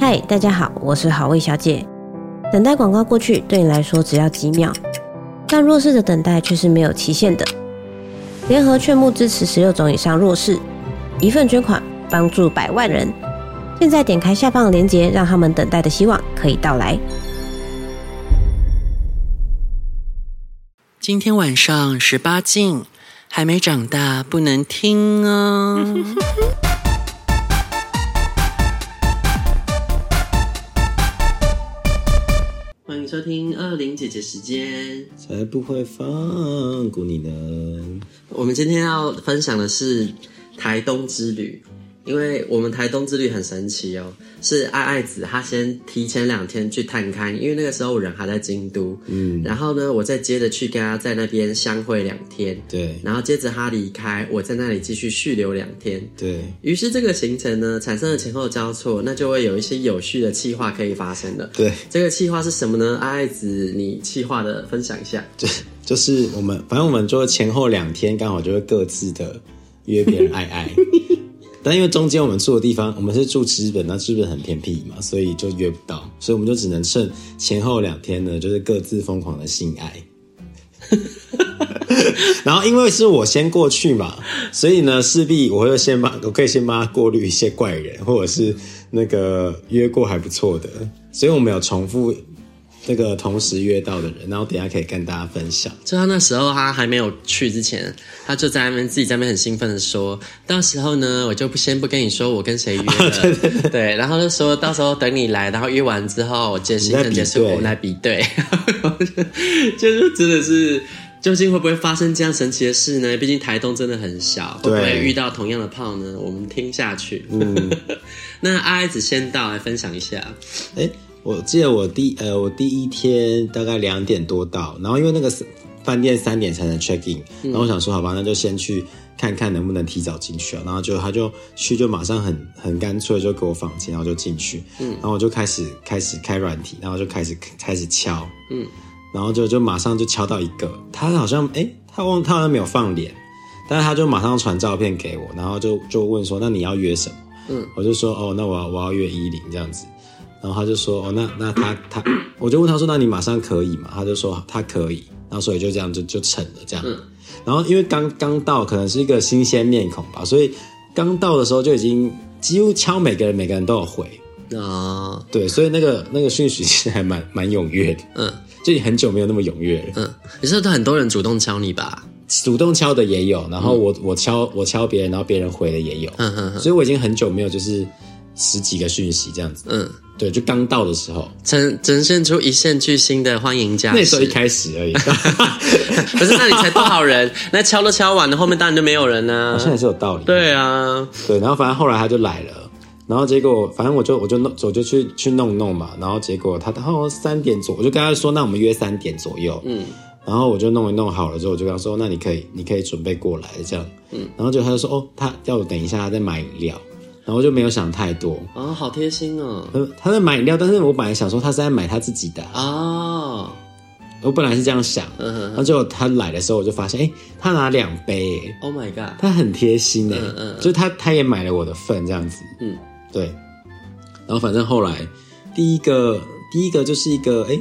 嗨，大家好，我是好味小姐。等待广告过去对你来说只要几秒，但弱势的等待却是没有期限的。联合劝募支持十六种以上弱势，一份捐款帮助百万人。现在点开下方的链接，让他们等待的希望可以到来。今天晚上十八禁，还没长大不能听哦。 欢迎收听二零姐姐时间。才不会放过你呢。我们今天要分享的是台东之旅，因为我们台东之旅很神奇哦，是爱爱子她先提前两天去探勘，因为那个时候我人还在京都，嗯，然后呢，我再接着去跟她在那边相会两天，对然后接着她离开，我在那里继续续留两天。对于是这个行程呢产生了前后交错，那就会有一些有序的计划可以发生了。对，这个计划是什么呢？爱爱子，你计划的分享一下。就就是我们，反正我们就前后两天刚好就会各自的约别人爱爱。但因为中间我们住的地方，我们是住资本，那资本很偏僻嘛，所以就约不到，所以我们就只能趁前后两天呢，就是各自疯狂的性爱。然后因为是我先过去嘛，所以呢，势必我会先帮，我可以先帮他过滤一些怪人，或者是那个约过还不错的，所以我们有重复那个同时约到的人，然后等一下可以跟大家分享。就他那时候他还没有去之前，他就在那边自己在那边很兴奋的说，到时候呢，我就不先不跟你说我跟谁约了， 对然后就说到时候等你来，然后约完之后，结行程结束，你再比对我们来比对， 就是真的是。究竟会不会发生这样神奇的事呢？毕竟台东真的很小，会对不会遇到同样的炮呢？我们听下去。 那阿爱子先到来分享一下，哎，我记得我第呃我第一天大概两点多到，然后因为那个是饭店三点才能 check in，然后我想说好吧，那就先去看看能不能提早进去啊。然后就他就去就马上很很干脆就给我房间，然后就进去，然后我就开始开始开软体，然后就开始开始敲，嗯然后就就马上就敲到一个，他好像哎，他忘他好像没有放脸，但是他就马上传照片给我，然后就就问说那你要约什么？嗯，我就说哦，那我要我要约一零这样子，然后他就说哦，那那他他，我就问他说那你马上可以吗？他就说他可以，然后所以就这样就就成了这样，嗯然后因为刚刚到，可能是一个新鲜面孔吧，所以刚到的时候就已经几乎敲每个人，每个人都有回，哦，对，所以那个那个讯息 其实还蛮蛮踊跃的，嗯就很久没有那么踊跃了。嗯，你说很多人主动敲你吧？主动敲的也有，然后我、我敲我敲别人，然后别人回的也有，嗯嗯所以我已经很久没有就是十几个讯息这样子。嗯。对，就刚到的时候，呈呈现出一线巨星的欢迎架势。那时候一开始而已， 可是那里才多少人？那敲都敲完了，后面当然就没有人啦、好像也是有道理。对啊，对，然后反正后来他就来了，然后结果反正我就我就弄我就去去弄弄嘛，然后结果他他好像三点左，我就跟他说，那我们约三点左右，嗯，然后我就弄一弄好了之后，我就跟他说，那你可以你可以准备过来这样，嗯，然后结果他就说，哦，他要我等一下他再买饮料，然后我就没有想太多，哦，好贴心哦。他他在买饮料，但是我本来想说他是在买他自己的啊，哦，我本来是这样想，嗯然后结果他来的时候，我就发现，哎、他拿两杯、诶 o h Oh my god，他很贴心哎、嗯嗯嗯就他他也买了我的份这样子，嗯，对，然后反正后来第一个第一个就是一个，哎、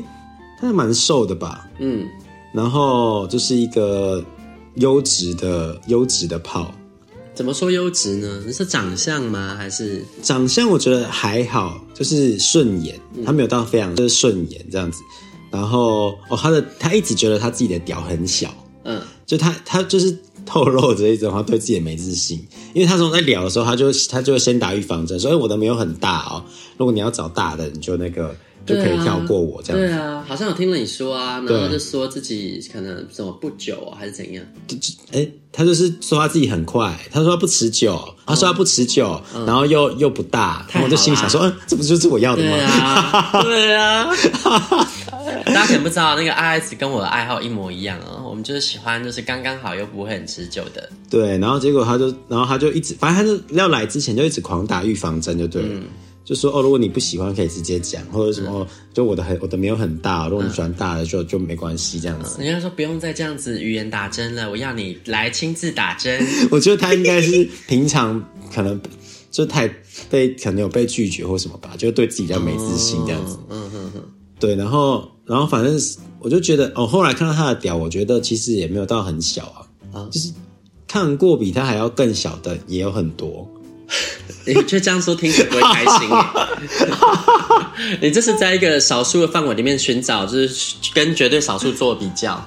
他还蛮瘦的吧，嗯，然后就是一个优质的优质的炮，怎么说优质呢？你是长相吗？还是长相我觉得还好，就是顺眼，嗯他没有到非常就是顺眼这样子，然后哦，他的他一直觉得他自己的屌很小。嗯就他他就是透露着一种他对自己也没自信，因为他从在聊的时候，他就他就会先打预防针，说哎我的没有很大哦，如果你要找大的，你就那个就可以跳过我这样对子，啊，好像有听了你说啊，然后对就说自己可能怎么不久啊、还是怎样？就就哎他就是说他自己很快，他说他不持久，他说他不持久，然后又又不大，嗯太然好后我就心里想说嗯这不就是我要的对吗？啊，对 啊。大家可能不知道，那个爱子跟我的爱好一模一样哦。我们就是喜欢，就是刚刚好又不会很持久的。对，然后结果他就然后他就一直反正他就要来之前就一直狂打预防针就对了。嗯就说哦，如果你不喜欢可以直接讲，或者什么，哦就我的很我的没有很大，如果你嗯喜欢大的就就没关系这样子。人家说不用再这样子语言打 针了，我要你来亲自打针。 我觉得他应该是平常可能就太被可能有被拒绝或什么吧，就对自己比较没自信这样子。嗯哼哼，对，然后然后反正是我就觉得，哦，后来看到他的屌，我觉得其实也没有到很小啊，啊就是看过比他还要更小的也有很多。你就这样说，听着不会开心耶。 你这是在一个少数的范围里面寻找，就是跟绝对少数做比较。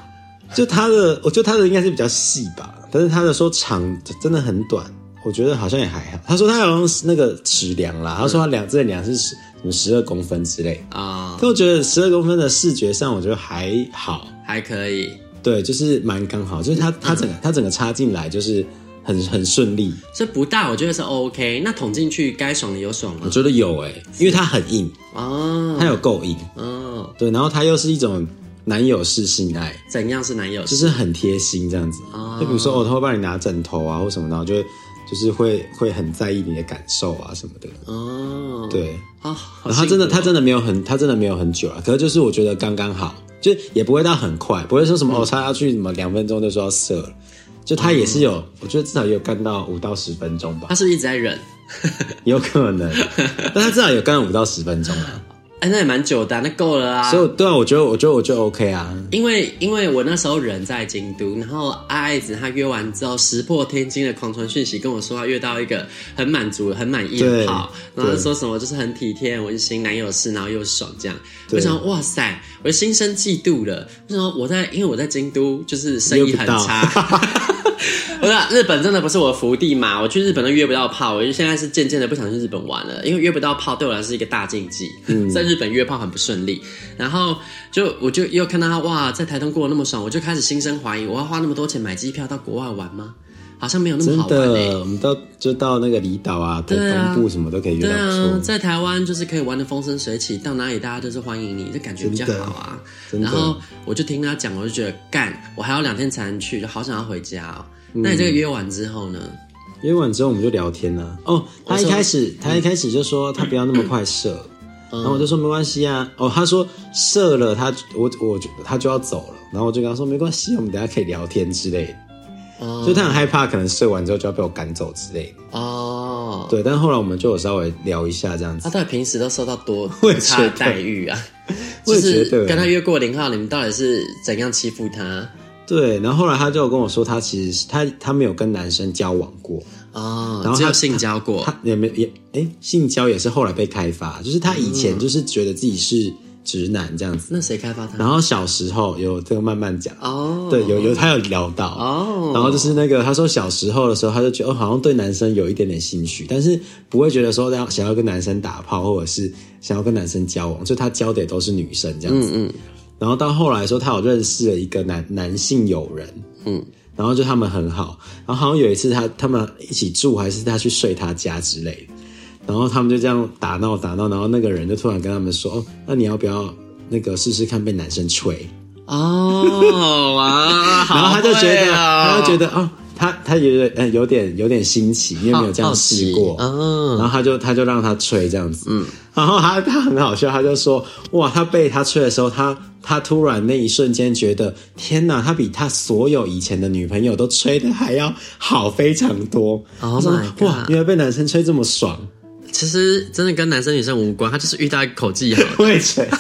就他的，我觉得他的应该是比较细吧，但是他的说长真的很短，我觉得好像也还好。他说他好像是那个尺量啦，他说他两这量是十什么十二公分之类，啊、但我觉得十二公分的视觉上，我觉得还好，还可以。对，就是蛮刚好，就是他他整个他整个插进来就是很很顺利，这不大，我觉得是 OK。那捅进去该爽的有爽我吗？觉得有欸嗯诶、因为它很硬，哦它有够硬，哦，对，然后它又是一种男友式性爱，怎样是男友？就是很贴心这样子。啊就比如说，哦，他会帮你拿枕头啊，或什么，然后就就是会会很在意你的感受啊什么的。哦，对，啊、好然后他真的他真的的没有很他真的没有很久啊，可是就是我觉得刚刚好，就也不会到很快，不会嗯说什么哦，他要去什么两分钟就说要射了，就他也是有，我觉得至少也有干到五到十分钟吧他，是不是一直在忍？有可 能，但他至少有干到五到十分钟啊，哎，那也蛮久的啊、那够了啊。所以我对啊，我觉得我觉得我觉得 OK 啊，因为因为我那时候人在京都，然后阿爱子她约完之后石破天惊的狂传讯息跟我说，她约到一个很满足、很满意的对炮，然后就对说什么就是很体贴、很温馨、男友式，然后又爽这样。我对想说哇塞，我就心生嫉妒了。为什么我在因为我在京都就是生意约很不到差。 我想日本真的不是我的福地嘛，我去日本都约不到炮，我就现在是渐渐的不想去日本玩了，因为约不到炮对我来说是一个大禁忌，嗯在日本约炮很不顺利。然后就我就又看到他哇，在台东过得那么爽，我就开始心生怀疑，我要花那么多钱买机票到国外玩吗？好像没有那么真好玩欸诶、的，我们到就到那个离岛啊，对对啊东部什么都可以约对到啊，不错，在台湾就是可以玩的风生水起，到哪里大家都是欢迎你，这感觉比较好啊。真的然后我就听他讲，我就觉得干，我还有两天才能去，就好想要回家哦。嗯那你这个约完之后呢？约完之后我们就聊天啦、哦，他一开嗯始他一开始就说他不要那么快射，然后我就说没关系啊。哦，他说射了他我我就他就要走了，然后我就跟他说没关系，我们等一下可以聊天之类的。哦就他很害怕，可能射完之后就要被我赶走之类的。哦，对，但后来我们就有稍微聊一下这样他子。啊到底平时都受到多 我也差的觉得待遇 啊？就我也觉是得跟他约过零号，你们到底是怎样欺负他？对，然后后来他就有跟我说，他其实是他他没有跟男生交往过，哦，然后他只有性交过他也没也哎，性交也是后来被开发，就是他以嗯前就是觉得自己是直男这样子，那谁开发他？然后小时候有这个慢慢讲，哦，对，有有他有聊到，哦，然后就是那个他说小时候的时候，他就觉得哦，好像对男生有一点点兴趣，但是不会觉得说要想要跟男生打炮，或者是想要跟男生交往，就他交的也都是女生这样子。嗯嗯然后到后来说，他有认识了一个男男性友人，嗯，然后就他们很好，然后好像有一次他他们一起住，还是他去睡他家之类的，然后他们就这样打闹打闹，然后那个人就突然跟他们说，哦，那你要不要那个试试看被男生吹？ 哦哇，然后他就觉得，哦他就觉得得哦，他他有点嗯有点有点新奇，因为没有这样试过。嗯，然后他就他就让他吹这样子，嗯，然后他他很好笑，他就说哇，他被他吹的时候，他他突然那一瞬间觉得天哪，他比他所有以前的女朋友都吹的还要好非常多。 Oh 他说 my god 哇，原来被男生吹这么爽，其实真的跟男生女生无关，他就是遇到一个口技好。我也吹。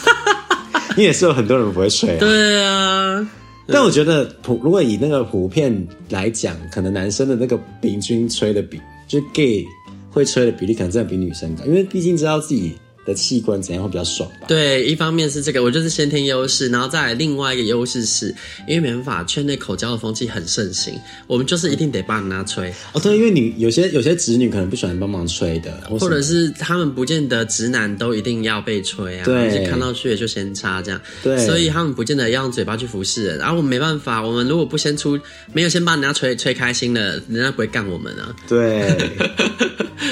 你也是有很多人不会吹、啊，对啊，但我觉得普如果以那个普遍来讲，可能男生的那个平均吹的比，就是 gay 会吹的比例，可能真的比女生高，因为毕竟知道自己的器官怎样会比较爽吧。对，一方面是这个，我就是先天优势，然后再来另外一个优势是，因为没办法，圈内口交的风气很盛行，我们就是一定得帮人家吹，哦，对，因为你有些有些直女可能不喜欢帮忙吹的，或或者是是他们不见得直男都一定要被吹啊，对就看到血就先插这样，对所以他们不见得要用嘴巴去服侍人，然、啊后我们没办法，我们如果不先出，没有先把人家吹吹开心了，人家不会干我们啊， 对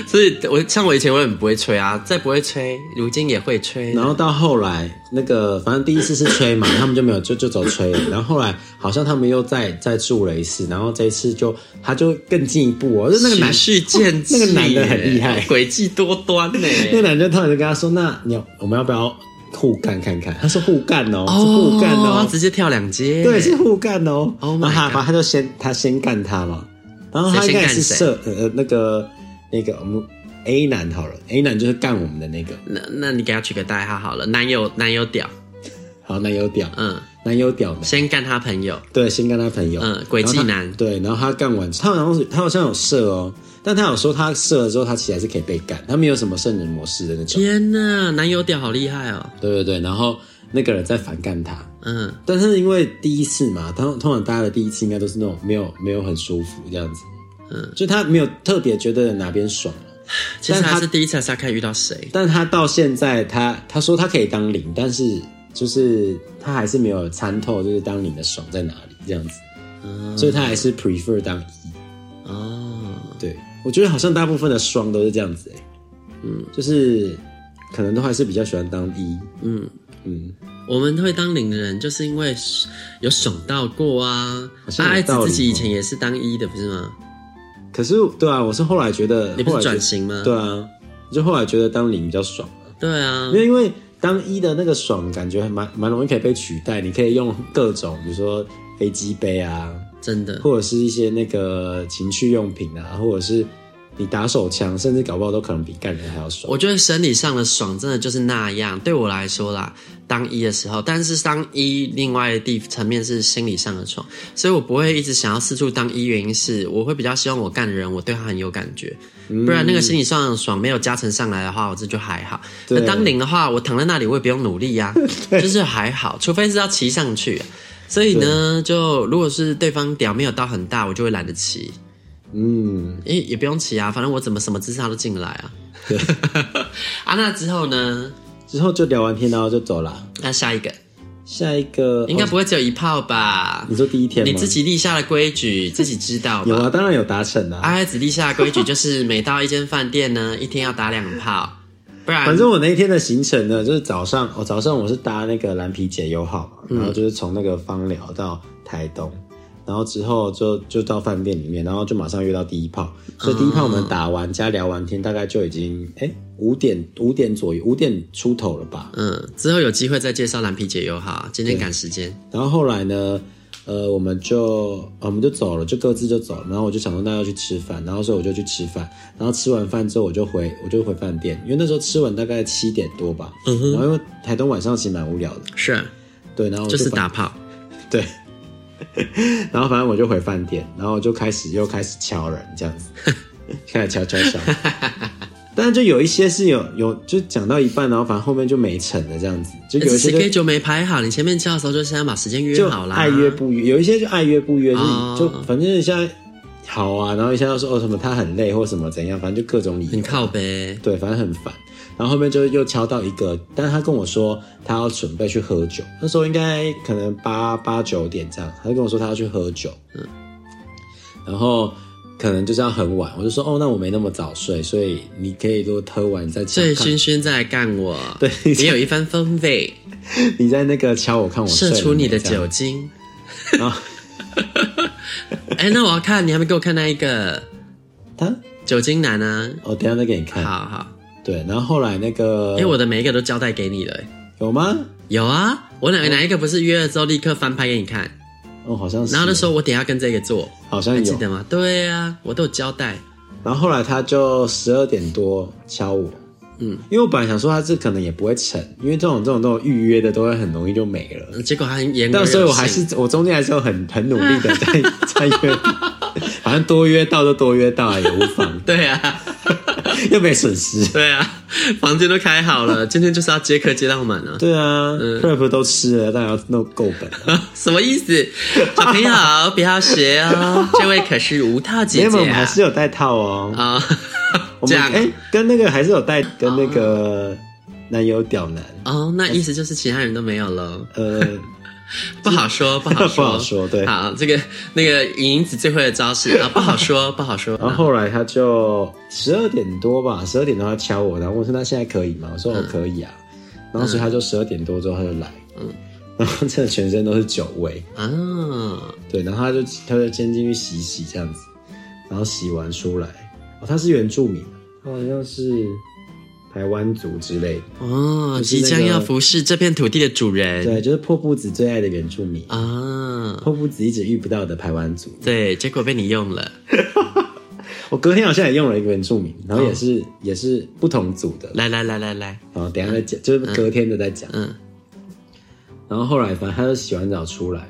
所以我像我以前我也很不会吹啊，再不会吹，如今也会吹，然后到后来，那个反正第一次是吹嘛，他们就没有就就走吹了。然后后来好像他们又再再住了一次，然后这一次就他就更进一步哦，就那个男事见 那个男的很厉害哦诡计多端呢、那个男生突然就跟他说：“那你要我们要不要互干看看？”他说：“互干哦，哦，是互干他哦，直接跳两阶，对，是互干哦。” Oh my 然后他 god 他就先他先干他嘛，然后他谁应先该干是谁射呃呃那个那个我们 A 男好了，A 男就是干我们的那个，那那你给他取个代号好了，男友男友屌，好男友屌，嗯，男友屌男，先干他朋友，对，先干他朋友，嗯诡计然后他男对，然后他干完，他好像是他好像有射哦，但他有说他射了之后，他其实还是可以被干，他没有什么圣人模式的那种，天呐，男友屌好厉害哦，对对对，然后那个人在反干他，嗯，但是因为第一次嘛，通通常大家的第一次应该都是那种没有没有很舒服这样子，嗯，就他没有特别觉得哪边爽啊其实但他他是第一次，还是他看遇到谁？但他到现在他他说他可以当零，但是就是他还是没有参透就是当零的爽在哪里这样子，嗯，所以他还是 prefer 当一。哦，对，我觉得好像大部分的双都是这样子、欸，嗯，就是可能都还是比较喜欢当一，嗯，嗯，我们会当领的人，就是因为有爽到过啊好。像那有爱子道理自己以哦前也是当一的，不是吗？可是对啊，我是后来觉得，你不后是来觉得转型吗？对啊，就后来觉得当零比较爽啊、对啊因，为因为当一的那个爽感觉还蛮蛮容易可以被取代，你可以用各种，比如说飞机杯啊，真的。或者是一些那个情趣用品啊，或者是你打手枪，甚至搞不好都可能比干人还要爽。我觉得生理上的爽真的就是那样，对我来说啦，当一的时候，但是当一另外的地层面是心理上的爽，所以我不会一直想要四处当一，原因是我会比较希望我干的人，我对他很有感觉，嗯不然那个心理上的爽没有加成上来的话，我这就还好。对那当零的话，我躺在那里我也不用努力 呀、就是还好，除非是要骑上去、啊所以呢，就如果是对方屌没有到很大，我就会懒得骑。嗯，也也不用骑啊，反正我怎么什么姿势他都进来啊。 对。啊，那之后呢？之后就聊完天，然后就走啦。那下一个下一个应该哦不会只有一炮吧？你说第一天吗？你自己立下的规矩，自己知道有吧？啊，当然有达成啊。阿爱子立下的规矩就是，每到一间饭店呢， 一天要打两炮，不然反正我那一天的行程呢，就是早上，我、早上我是搭那个蓝皮解忧号嘛，嗯然后就是从那个芳寮到台东，然后之后就就到饭店里面，然后就马上约到第一炮，嗯所以第一炮我们打完加聊完天，大概就已经哎五点五点左右，五点出头了吧。嗯，之后有机会再介绍蓝皮解忧哈。今天赶时间，然后后来呢，呃，我们就呃我们就走了，就各自就走了。然后我就想说，那要去吃饭，然后所以我就去吃饭。然后吃完饭之后，我就回我就回饭店，因为那时候吃完大概七点多吧。嗯然后因为台东晚上其实蛮无聊的，是对，哦然后我就是反打炮， 对。然后反正我就回饭店，然后就开始又开始敲人这样子， 开始敲敲 敲。但是就有一些是有有就讲到一半，然后反正后面就没成的这样子，就欸有一这些就 schedule 没排好，你前面叫的时候就先把时间约就好啦。爱约不约，有一些就爱约不约，就是、哦就反正现在好啊，然后一下又说哦什么他很累或什么怎样，反正就各种理由，很靠呗。对，反正很烦。然后后面就又敲到一个，但是他跟我说他要准备去喝酒，那时候应该可能八八九点这样，他就跟我说他要去喝酒，嗯，然后可能就是要很晚，我就说哦，那我没那么早睡，所以你可以多喝完再敲醉看醺醺再来干我，对别有一番风味，你在那个敲我看我睡射了出没你的这样酒啊精。然后哎、那我要看，你还没给我看那一个 他酒精男啊？哦，等一下再给你看，好好，对，然后后来那个因为我的每一个都交代给你了、有吗？有啊，我哪哪一个不是约了之后立刻翻拍给你看，哦，好像是。哎然后就说我等一下跟这个做，好像还有记。得吗？对啊，我都有交代。然后后来他就十二点多敲我，嗯，因为我本来想说他这可能也不会成，因为这种这种这种预约的都会很容易就没了。结果他很严格，但所以我还是我中间还是有很很努力的在在 约，反正多约到就多约到啊也无妨，对啊， 又没损失。对啊，房间都开好 了，今天就是要接客接到满啊。对啊、p r e p 都吃了，当然要弄够本啊了。什么意思？小朋友不要学 哦，这位可是吴套 没姐有，我姐们还啊是有带套哦。啊， 我这们样啊哎、跟那个还是有带，跟那个男友屌男，哦，那意思就是其他人都没有喽。呃，不好 说，不好说，不好说对好，这个那个银子最会的招式啊，不好说， 不好说。然后啊后来他就十二点多吧，十二点多他敲我，然后我说那现在可以吗？我说我可以啊。然后所以他就十二点多之后他就来，嗯，然后真的全身都是酒味，啊，对，然后他就他就先进去洗一洗这样子，然后洗完出来，哦，他是原住民，他哦好像是台湾族之类的，哦，就是即那个将要服侍这片土地的主人对，就是破布子最爱的原住民，啊，破布子一直遇不到的台湾族，对，结果被你用了，我隔天好像也用了一个原住民，然后也是、也是不同组的，来来来来来，然后啊等一下再讲，就是隔天的再讲。嗯，然后后来反正他就洗完澡出来，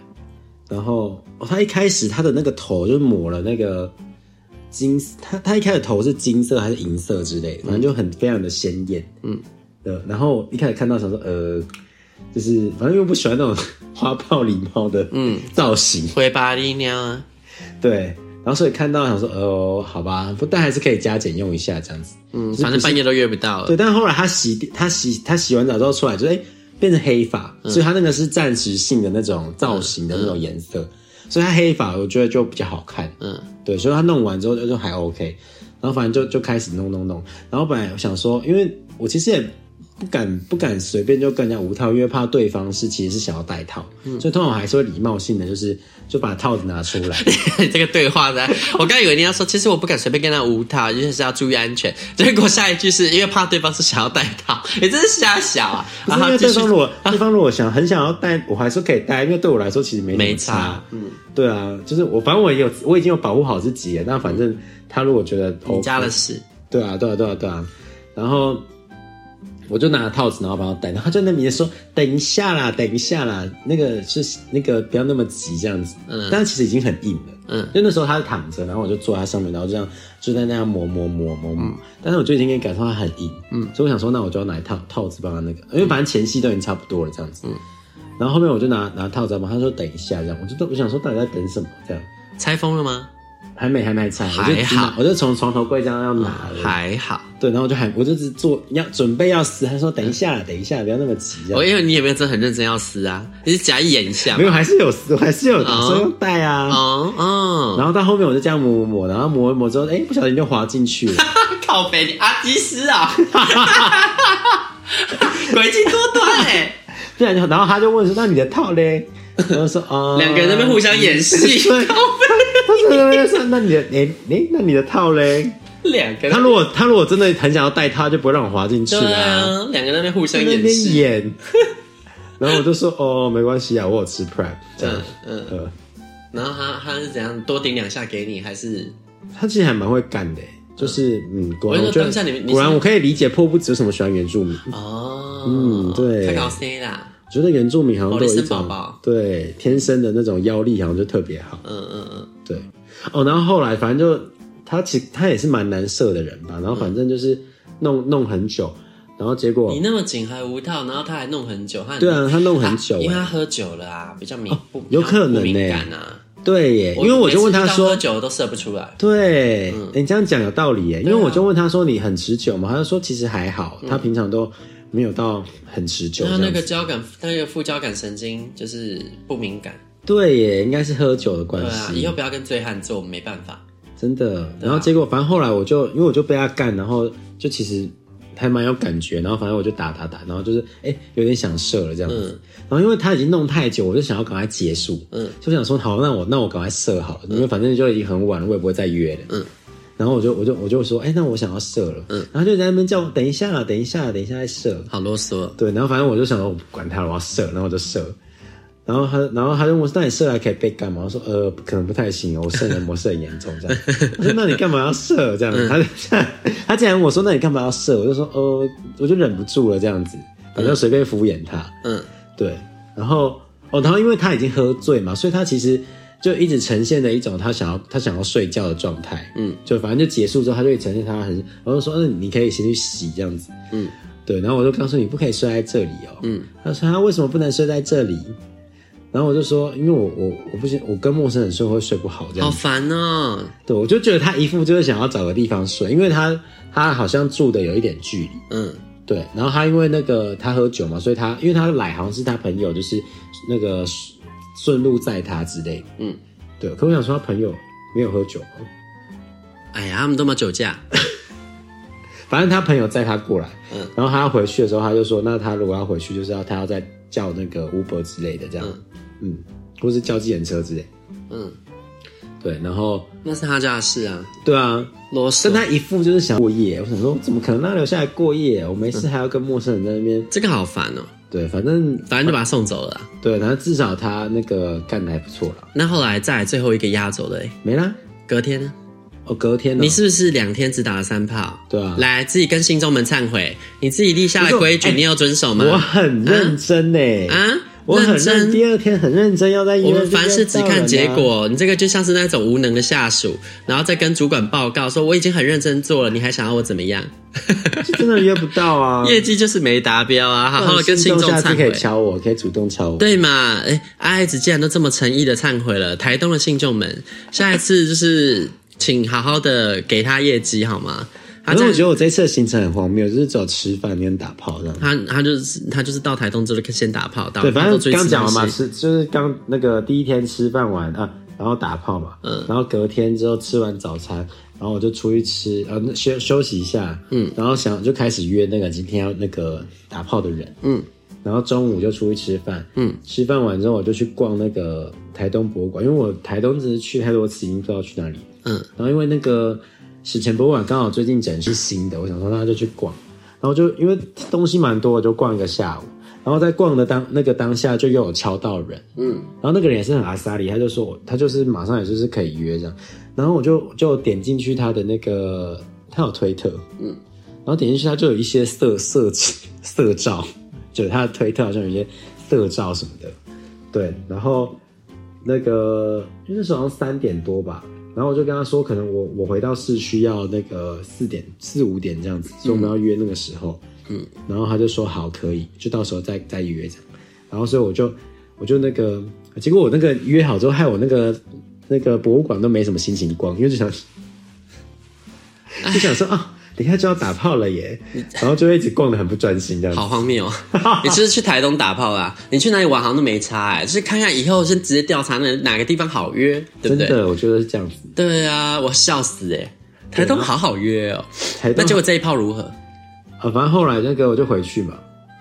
然后、哦、他一开始他的那个头就抹了那个金，他他一开始头是金色还是银色之类的，反正就很非常的鲜艳，嗯，对。然后一开始看到想说呃，就是反正又不喜欢那种花豹礼帽的嗯造型，回巴黎喵啊，对。然后所以看到想说哦，好吧，不但还是可以加减用一下这样子，嗯，反正半夜都约不到啊了对，，但后来他洗他洗他洗完澡之后出来，就是哎、变成黑发，所以他那个是暂时性的那种造型的那种颜色，所以他黑发我觉得就比较好看。嗯， 对，所以他弄完之后就就还 OK，然后反正就就开始弄弄弄，然后本来我想说，因为我其实也不敢不敢随便就跟人家无套，因为怕对方是其实是想要戴套，所以通常我还是会礼貌性的就是就把套子拿出来，这个对话呢，我刚以为你要说，其实我不敢随便跟他无套，因为是要注意安全。 结果下一句是因为怕对方是想要戴套，你真是瞎想啊！不然是因后为继对续啊方如果对方如果想很想要戴，我还是可以戴，因为对我来说其实没什么没差差。，嗯，对啊，就是我反正我也有我已经有保护好自己了，但反正他如果觉得你 OK，加了屎，对啊对啊对啊对啊，然后我就拿套子，然后帮他戴，然后他就那边说等一下啦，等一下啦，那个是那个不要那么急这样子，嗯但其实已经很硬了。嗯因为那时候他是躺着，然后我就坐在他上面，然后就这样就在那样磨磨磨磨嗯磨，但是我就已经可以感受到他很硬，嗯，所以我想说，那我就要拿一套套子帮他那个，嗯因为反正前戏都已经差不多了这样子，嗯，然后后面我就拿拿套子帮他，他说等一下这样，我就都我想说到底在等什么这样，拆封了吗？还没还没拆，我就还只拿好我就从床头柜这样要拿了，还好，对，然后我就喊，我就只做要准备要撕，他说等一下啦，等一下，不要那么急这我样。哦因为你也没有真的很认真要撕啊，你是假意演一下没嘛。有，还是有撕，我还是有打算要戴啊。哦哦，然后到后面我就这样磨磨磨，然后磨一磨之后，哎，不小心就滑进去了。 靠北，你阿基斯 啊，诡计多端哎、不然就然后他就问说：“那你的 套嘞？”然后说：“啊、两个人在那边互相演戏，对，他他在那边说：“那你的诶诶、那你的套嘞两个？”人他如果他如果真的很想要戴套，他就不会让我滑进去对啦、啊，两个人在那边互在相那演边戏，演。 然后我就说：“哦，没关系啊，我有吃 prep 这样。嗯呃，然后他他是怎样多顶两下给你，还是他其实还蛮会干的、就是嗯，果然我就说我觉当下你得们你是果然我可以理解破布子为什么喜欢原住民，哦，嗯对太高 C 啦，觉得原住民好像都有一保利种森宝宝对天生的那种腰力好像就特别好。嗯嗯嗯，对，哦，然后后来反正就他其实他也是蛮难射的人吧，然后反正就是弄弄很久，然后结果你那么紧还无套，然后他还弄很久，他很对啊，他弄很久因为哎、他喝酒了啊，比较敏不有可能不敏欸感啊，对耶，因为我就问他每次遇到喝说。酒都射不出来，对，诶你这样讲有道理耶，因对为啊嗯我就问他说你很持久吗？他就说其实还好，他平常都没有到很持久他这那样个子。交感那个副交感神经就是不敏感，对耶，应该是喝酒的关对啊，以系，后不要啊跟醉汉做，没办法，真的。然后结果反正后来我就因为我就被他干，然后就其实还蛮有感觉，然后反正我就打打打，然后就是哎、有点想射了这样子。嗯然后因为他已经弄太久，我就想要赶快结束，嗯就想说好，那我那我赶快射好了，因为反正就已经很晚了，我也不会再约了，嗯。然后我就我就我就说，哎、那我想要射了，嗯。然后就在那边叫我等一下啦，等一下啦，等一下再射，好啰嗦，对。然后反正我就想说，我不管他了，我要射，然后我就射。然后他，然后他就问我说：“那你射还可以被干嘛？”我说：“呃，可能不太行哦，我肾炎模式很严重。”这样，我说：“那你干嘛要射？”这样，嗯他就 他竟然问我说：“那你干嘛要射？”我就说：“呃，我就忍不住了，这样子，反正随便敷衍他。嗯，对，然后哦，然后因为他已经喝醉嘛，所以他其实就一直呈现了一种他想要他想要睡觉的状态，嗯，就反正就结束之后，他就会呈现他很，然后说，嗯，你可以先去洗这样子，嗯，对，然后我就告诉你不可以睡在这里哦，嗯，他说他为什么不能睡在这里？然后我就说，因为我我我不行，我跟陌生人睡会睡不好这好样子，烦哦，对，我就觉得他一副就是想要找个地方睡，因为他他好像住的有一点距离，嗯对，然后他因为那个他喝酒嘛，所以他因为他来好像是他朋友，就是那个顺路载他之类的。嗯，对，可我想说他朋友没有喝酒嘛，哎呀，他们都没有酒驾，反正他朋友载他过来，嗯然后他要回去的时候，他就说，那他如果要回去，就是要他要再叫那个 Uber 之类的这样，嗯或是叫计程车之类。嗯，对，然后那是他家的事啊，对啊，啰嗦但。他一副就是想过夜，我想说怎么可能让他留下来过夜？啊我没事还要跟陌生人在那边，这个好烦哦，对，反正反正就把他送走了啊。对，然后至少他那个干的还不错啦，那后来再来最后一个压轴的欸，没啦。隔天呢？哦，隔天、哦、你是不是两天只打了三炮？对啊来自己跟信众们忏悔，你自己立下不的是规矩，你有遵守吗？我很认真呢、啊，我很认，真。第二天很认真要在医我院。们凡事只啊看结。果，你这个就像是那种无能的下属，然后再跟主管报告说我已经很认真做了，你还想要我怎么样？！就真的约不到啊 业绩就是没达标啊！好好的跟信信众下次忏可以悔。敲我，可以主动敲我。对嘛？哎、阿爱子既然都这么诚意的忏悔了，台东的信众们，下一次就是请好好的给他业绩好吗？他反正我啊这觉样，得我这次的行程很荒谬，就是只有吃饭跟打炮这样。他他就是他就是到台东之后就先打炮，到对，反他都追正吃刚讲完嘛，东西吃就是刚那个第一天吃饭完啊，然后打炮嘛，嗯然后隔天之后吃完早餐，然后我就出去吃，呃，那休休息一下，嗯，然后想就开始约那个今天要那个打炮的人，嗯，然后中午就出去吃饭，嗯，吃饭完之后我就去逛那个台东博物馆，因为我台东只是去太多次，已经不知道去哪里了，嗯，然后因为那个史前博物馆刚好最近整是新的，我想说那就去逛，然后就因为东西蛮多，我就逛一个下午。然后在逛的当那个当下就又有敲到人，嗯，然后那个人也是很阿萨里，他就说我他就是马上也就是可以约这样，然后我就就点进去他的那个他有推特，嗯，然后点进去他就有一些色色色照，就是他的推特好像有一些色照什么的，对，然后那个因为那时候好像三点多吧，然后我就跟他说，可能我我回到市区要那个四点四五点这样子，所以我们要约那个时候。嗯，然后他就说好可以，就到时候再再约这样。然后所以我就我就那个，结果我那个约好之后，害我那个那个博物馆都没什么心情逛，因为就想 就想说啊。等一下就要打炮了 耶，然后就会一直逛的很不专心这样子。好荒谬、 哦！你就是去台东打炮啦、你去哪里玩好像都没差哎、就是看看以后先直接调查那哪个地方好约，对不真对？的，我觉得是这样子。对啊，我笑死哎、台东好好约哦、台那东结果这一炮如何？啊，反正后来那个我就回去嘛，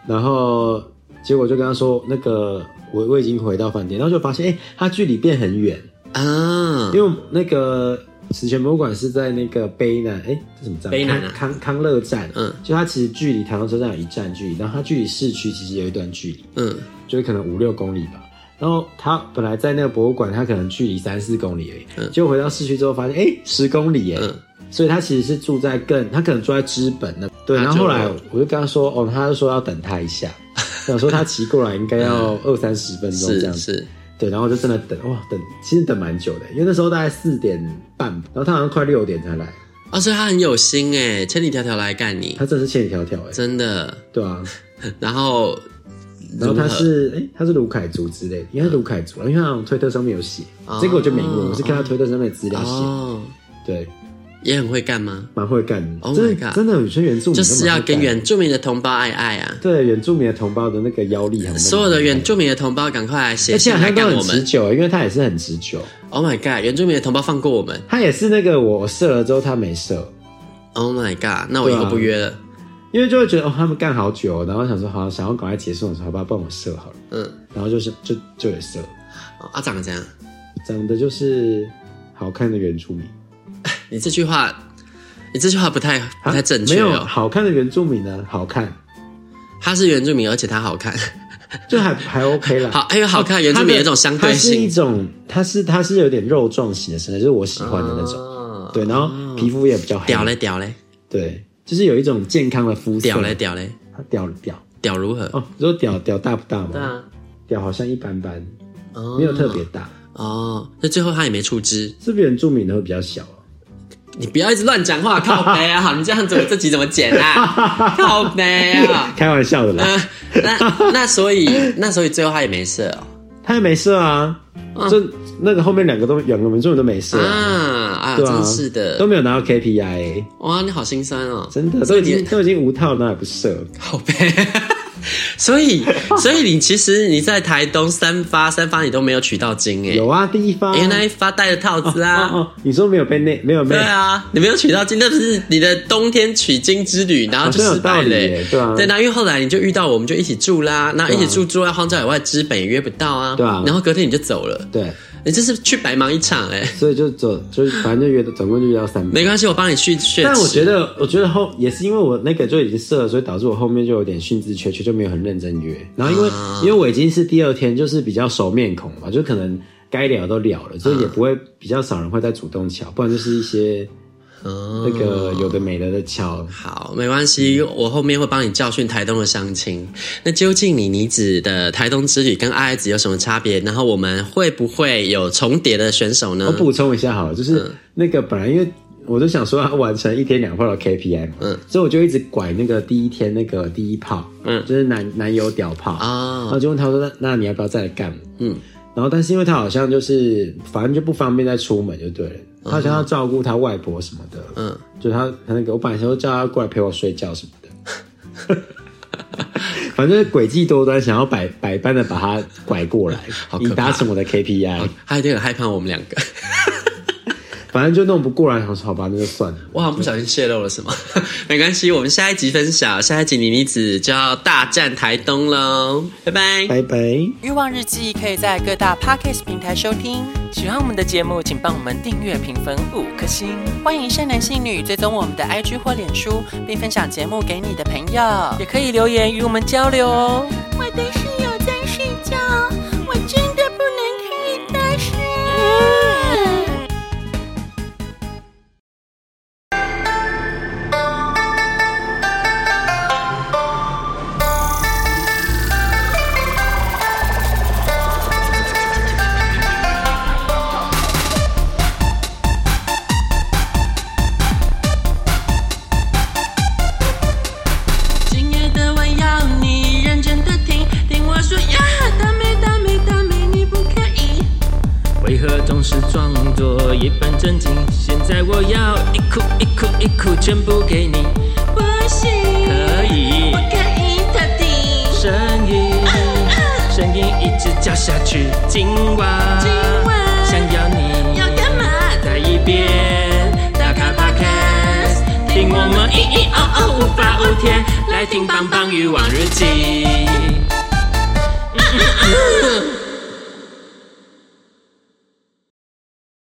然后结果就跟他说，那个我我已经回到饭店，然后就发现，哎、他距离变很远，啊，因为那个史前博物馆是在那个卑南，哎、这什么站？卑南啊康康康乐站，嗯，就它其实距离台湾车站有一站距离，然后它距离市区其实有一段距离，嗯，就是可能五六公里吧。然后他本来在那个博物馆，他可能距离三四公里而已，嗯结果回到市区之后发现，哎、十公里耶，嗯所以他其实是住在更，他可能住在知本那。对，他然就后后来我就跟他说，哦，他就说要等他一下， 想说他骑过来应该要二三十分钟嗯这是样子。是，对，然后就真的等，哇，等其实等蛮久的，因为那时候大概四点半，然后他好像快六点才来，哦，所以他很有心哎，千里迢�迢来干你他，真的是千里迢迢哎，真的。对啊，然后，然后他如何是哎、他是卢凯族之类的，因为他卢凯族，因为他好像推特上面有写，这个我就没问，我是看他推特上面的资料写，哦，对，也很会干吗？蛮会干的 Oh my 真的 God 真的有些原住民就都蛮会干的是要跟原住民的同胞爱爱啊！对原住民的同胞的那个腰力，所有的原。住民的同胞，赶快来写而且信来他都干很我持们久，因为他也是很持久。 ！Oh my god，原住民的同胞放过我们他也是那个我射了之后他没射， ！Oh my god，那我以后不约了。因为就会觉得哦他们干好久，然后想说好想要赶快结束，我说好吧，帮我射好了，嗯，然后就是就就也射了，啊，长得这样，长得就是好看的原住民，你这句话，你这句话不太不啊太正确没有哦。好看的原住民呢，好看他是原住民，而且他好 看。就还还 OK 啦。好，因为好看，原住它民的有一种相对它是性。一种，它是它是有点肉状型的身材，就是我喜欢的那种。种对，然后皮肤也比较黑，哦屌嘞屌嘞对，就是有一种健康的肤色。屌嘞，屌嘞屌屌屌如何？哦，你说屌屌大不大吗？对啊，屌好像一般般，哦没有特别大，哦。那最后他也没出汁，是不是原住民的会比较小啊？你不要一直乱讲话，靠背啊！好，你这样子我这集怎么剪 啊？靠背 啊！开玩笑的啦，那那那所 以那所以最后他也没事哦。他也没事啊，嗯这那个后面两个都两个原住民都没事啊啊，啊，对啊，真是都的，没有拿到 KPI，哇，你好心酸哦，真的所都以已经你都已经无套，那还不射？靠背。 所以，所以你其实你在台东三发三发你都没有取到经哎、有啊，第一发因为那一发戴的套子啊。哦哦，你说没有被内没有被对啊，你没有取到经，那不是你的冬天取经之旅，然后就失败好了、像有道理耶对啊那因为后来你就遇到我们，就一起住啦，那一啊起住住在荒郊野外，知本也约不到啊，对啊然后隔天你就走了，对，你这是去白忙一场哎、所以就走，就是反正就约总共就约到三百没。关系，我帮你去血池。但我觉得，我觉得后也是因为我那个就已经射了，所以导致我后面就有点兴致缺啊缺，就没有很认真约。然后因为、因为我已经是第二天，就是比较熟面孔嘛，就可能该聊都聊了，所以也啊不会比较少人会在主动敲，不然就是一些嗯，那个有的没的的敲。好，没关系，我后面会帮你教训台东的乡亲。那究竟你你指的台东之旅跟爱爱子有什么差别？然后我们会不会有重叠的选手呢？我补充一下好了，就是嗯那个本来因为我就想说要完成一天两炮的 KPI 嘛，嗯所以我就一直拐那个第一天那个第一炮，嗯就是男男友屌炮啊然后就问他说：“那那你要不要再来干？”嗯，然后但是因为他好像就是反正就不方便再出门就对了，他好像要照顾他外婆什么的，嗯，就他他那个我本来想说叫他过来陪我睡觉什么的。 反正诡计多端，想要百百般的把他拐过来好，可以怕达成我的 KPI。他有点害怕我们两个，反正就弄不过来，想说好吧，那就算了。 我好像不小心泄露了什么， 没关系，我们下一集分享，下一集你你指就要大战台东喽，拜拜。拜拜。 《欲望日记》可以在各大 podcast 平台收听。喜欢我们的节目，请帮我们订阅、评分五颗星。欢迎善男信女追踪我们的 IG 或脸书，并分享节目给你的朋友，也可以留言与我们交流哦。我的室友在睡觉，我真的不能开大声。亲爱的，我要你认真的听，听我说呀，大美大美大美，你不可以。为何总是装作一本正经？现在我要一哭一哭一哭，全部给你，不行，可以不。可以特地。声音，声音一直叫下去，今晚，今晚想要你，要干嘛？再一遍，打开 Podcast，听我们咿咿哦哦无法无天，来听棒棒鱼往日记。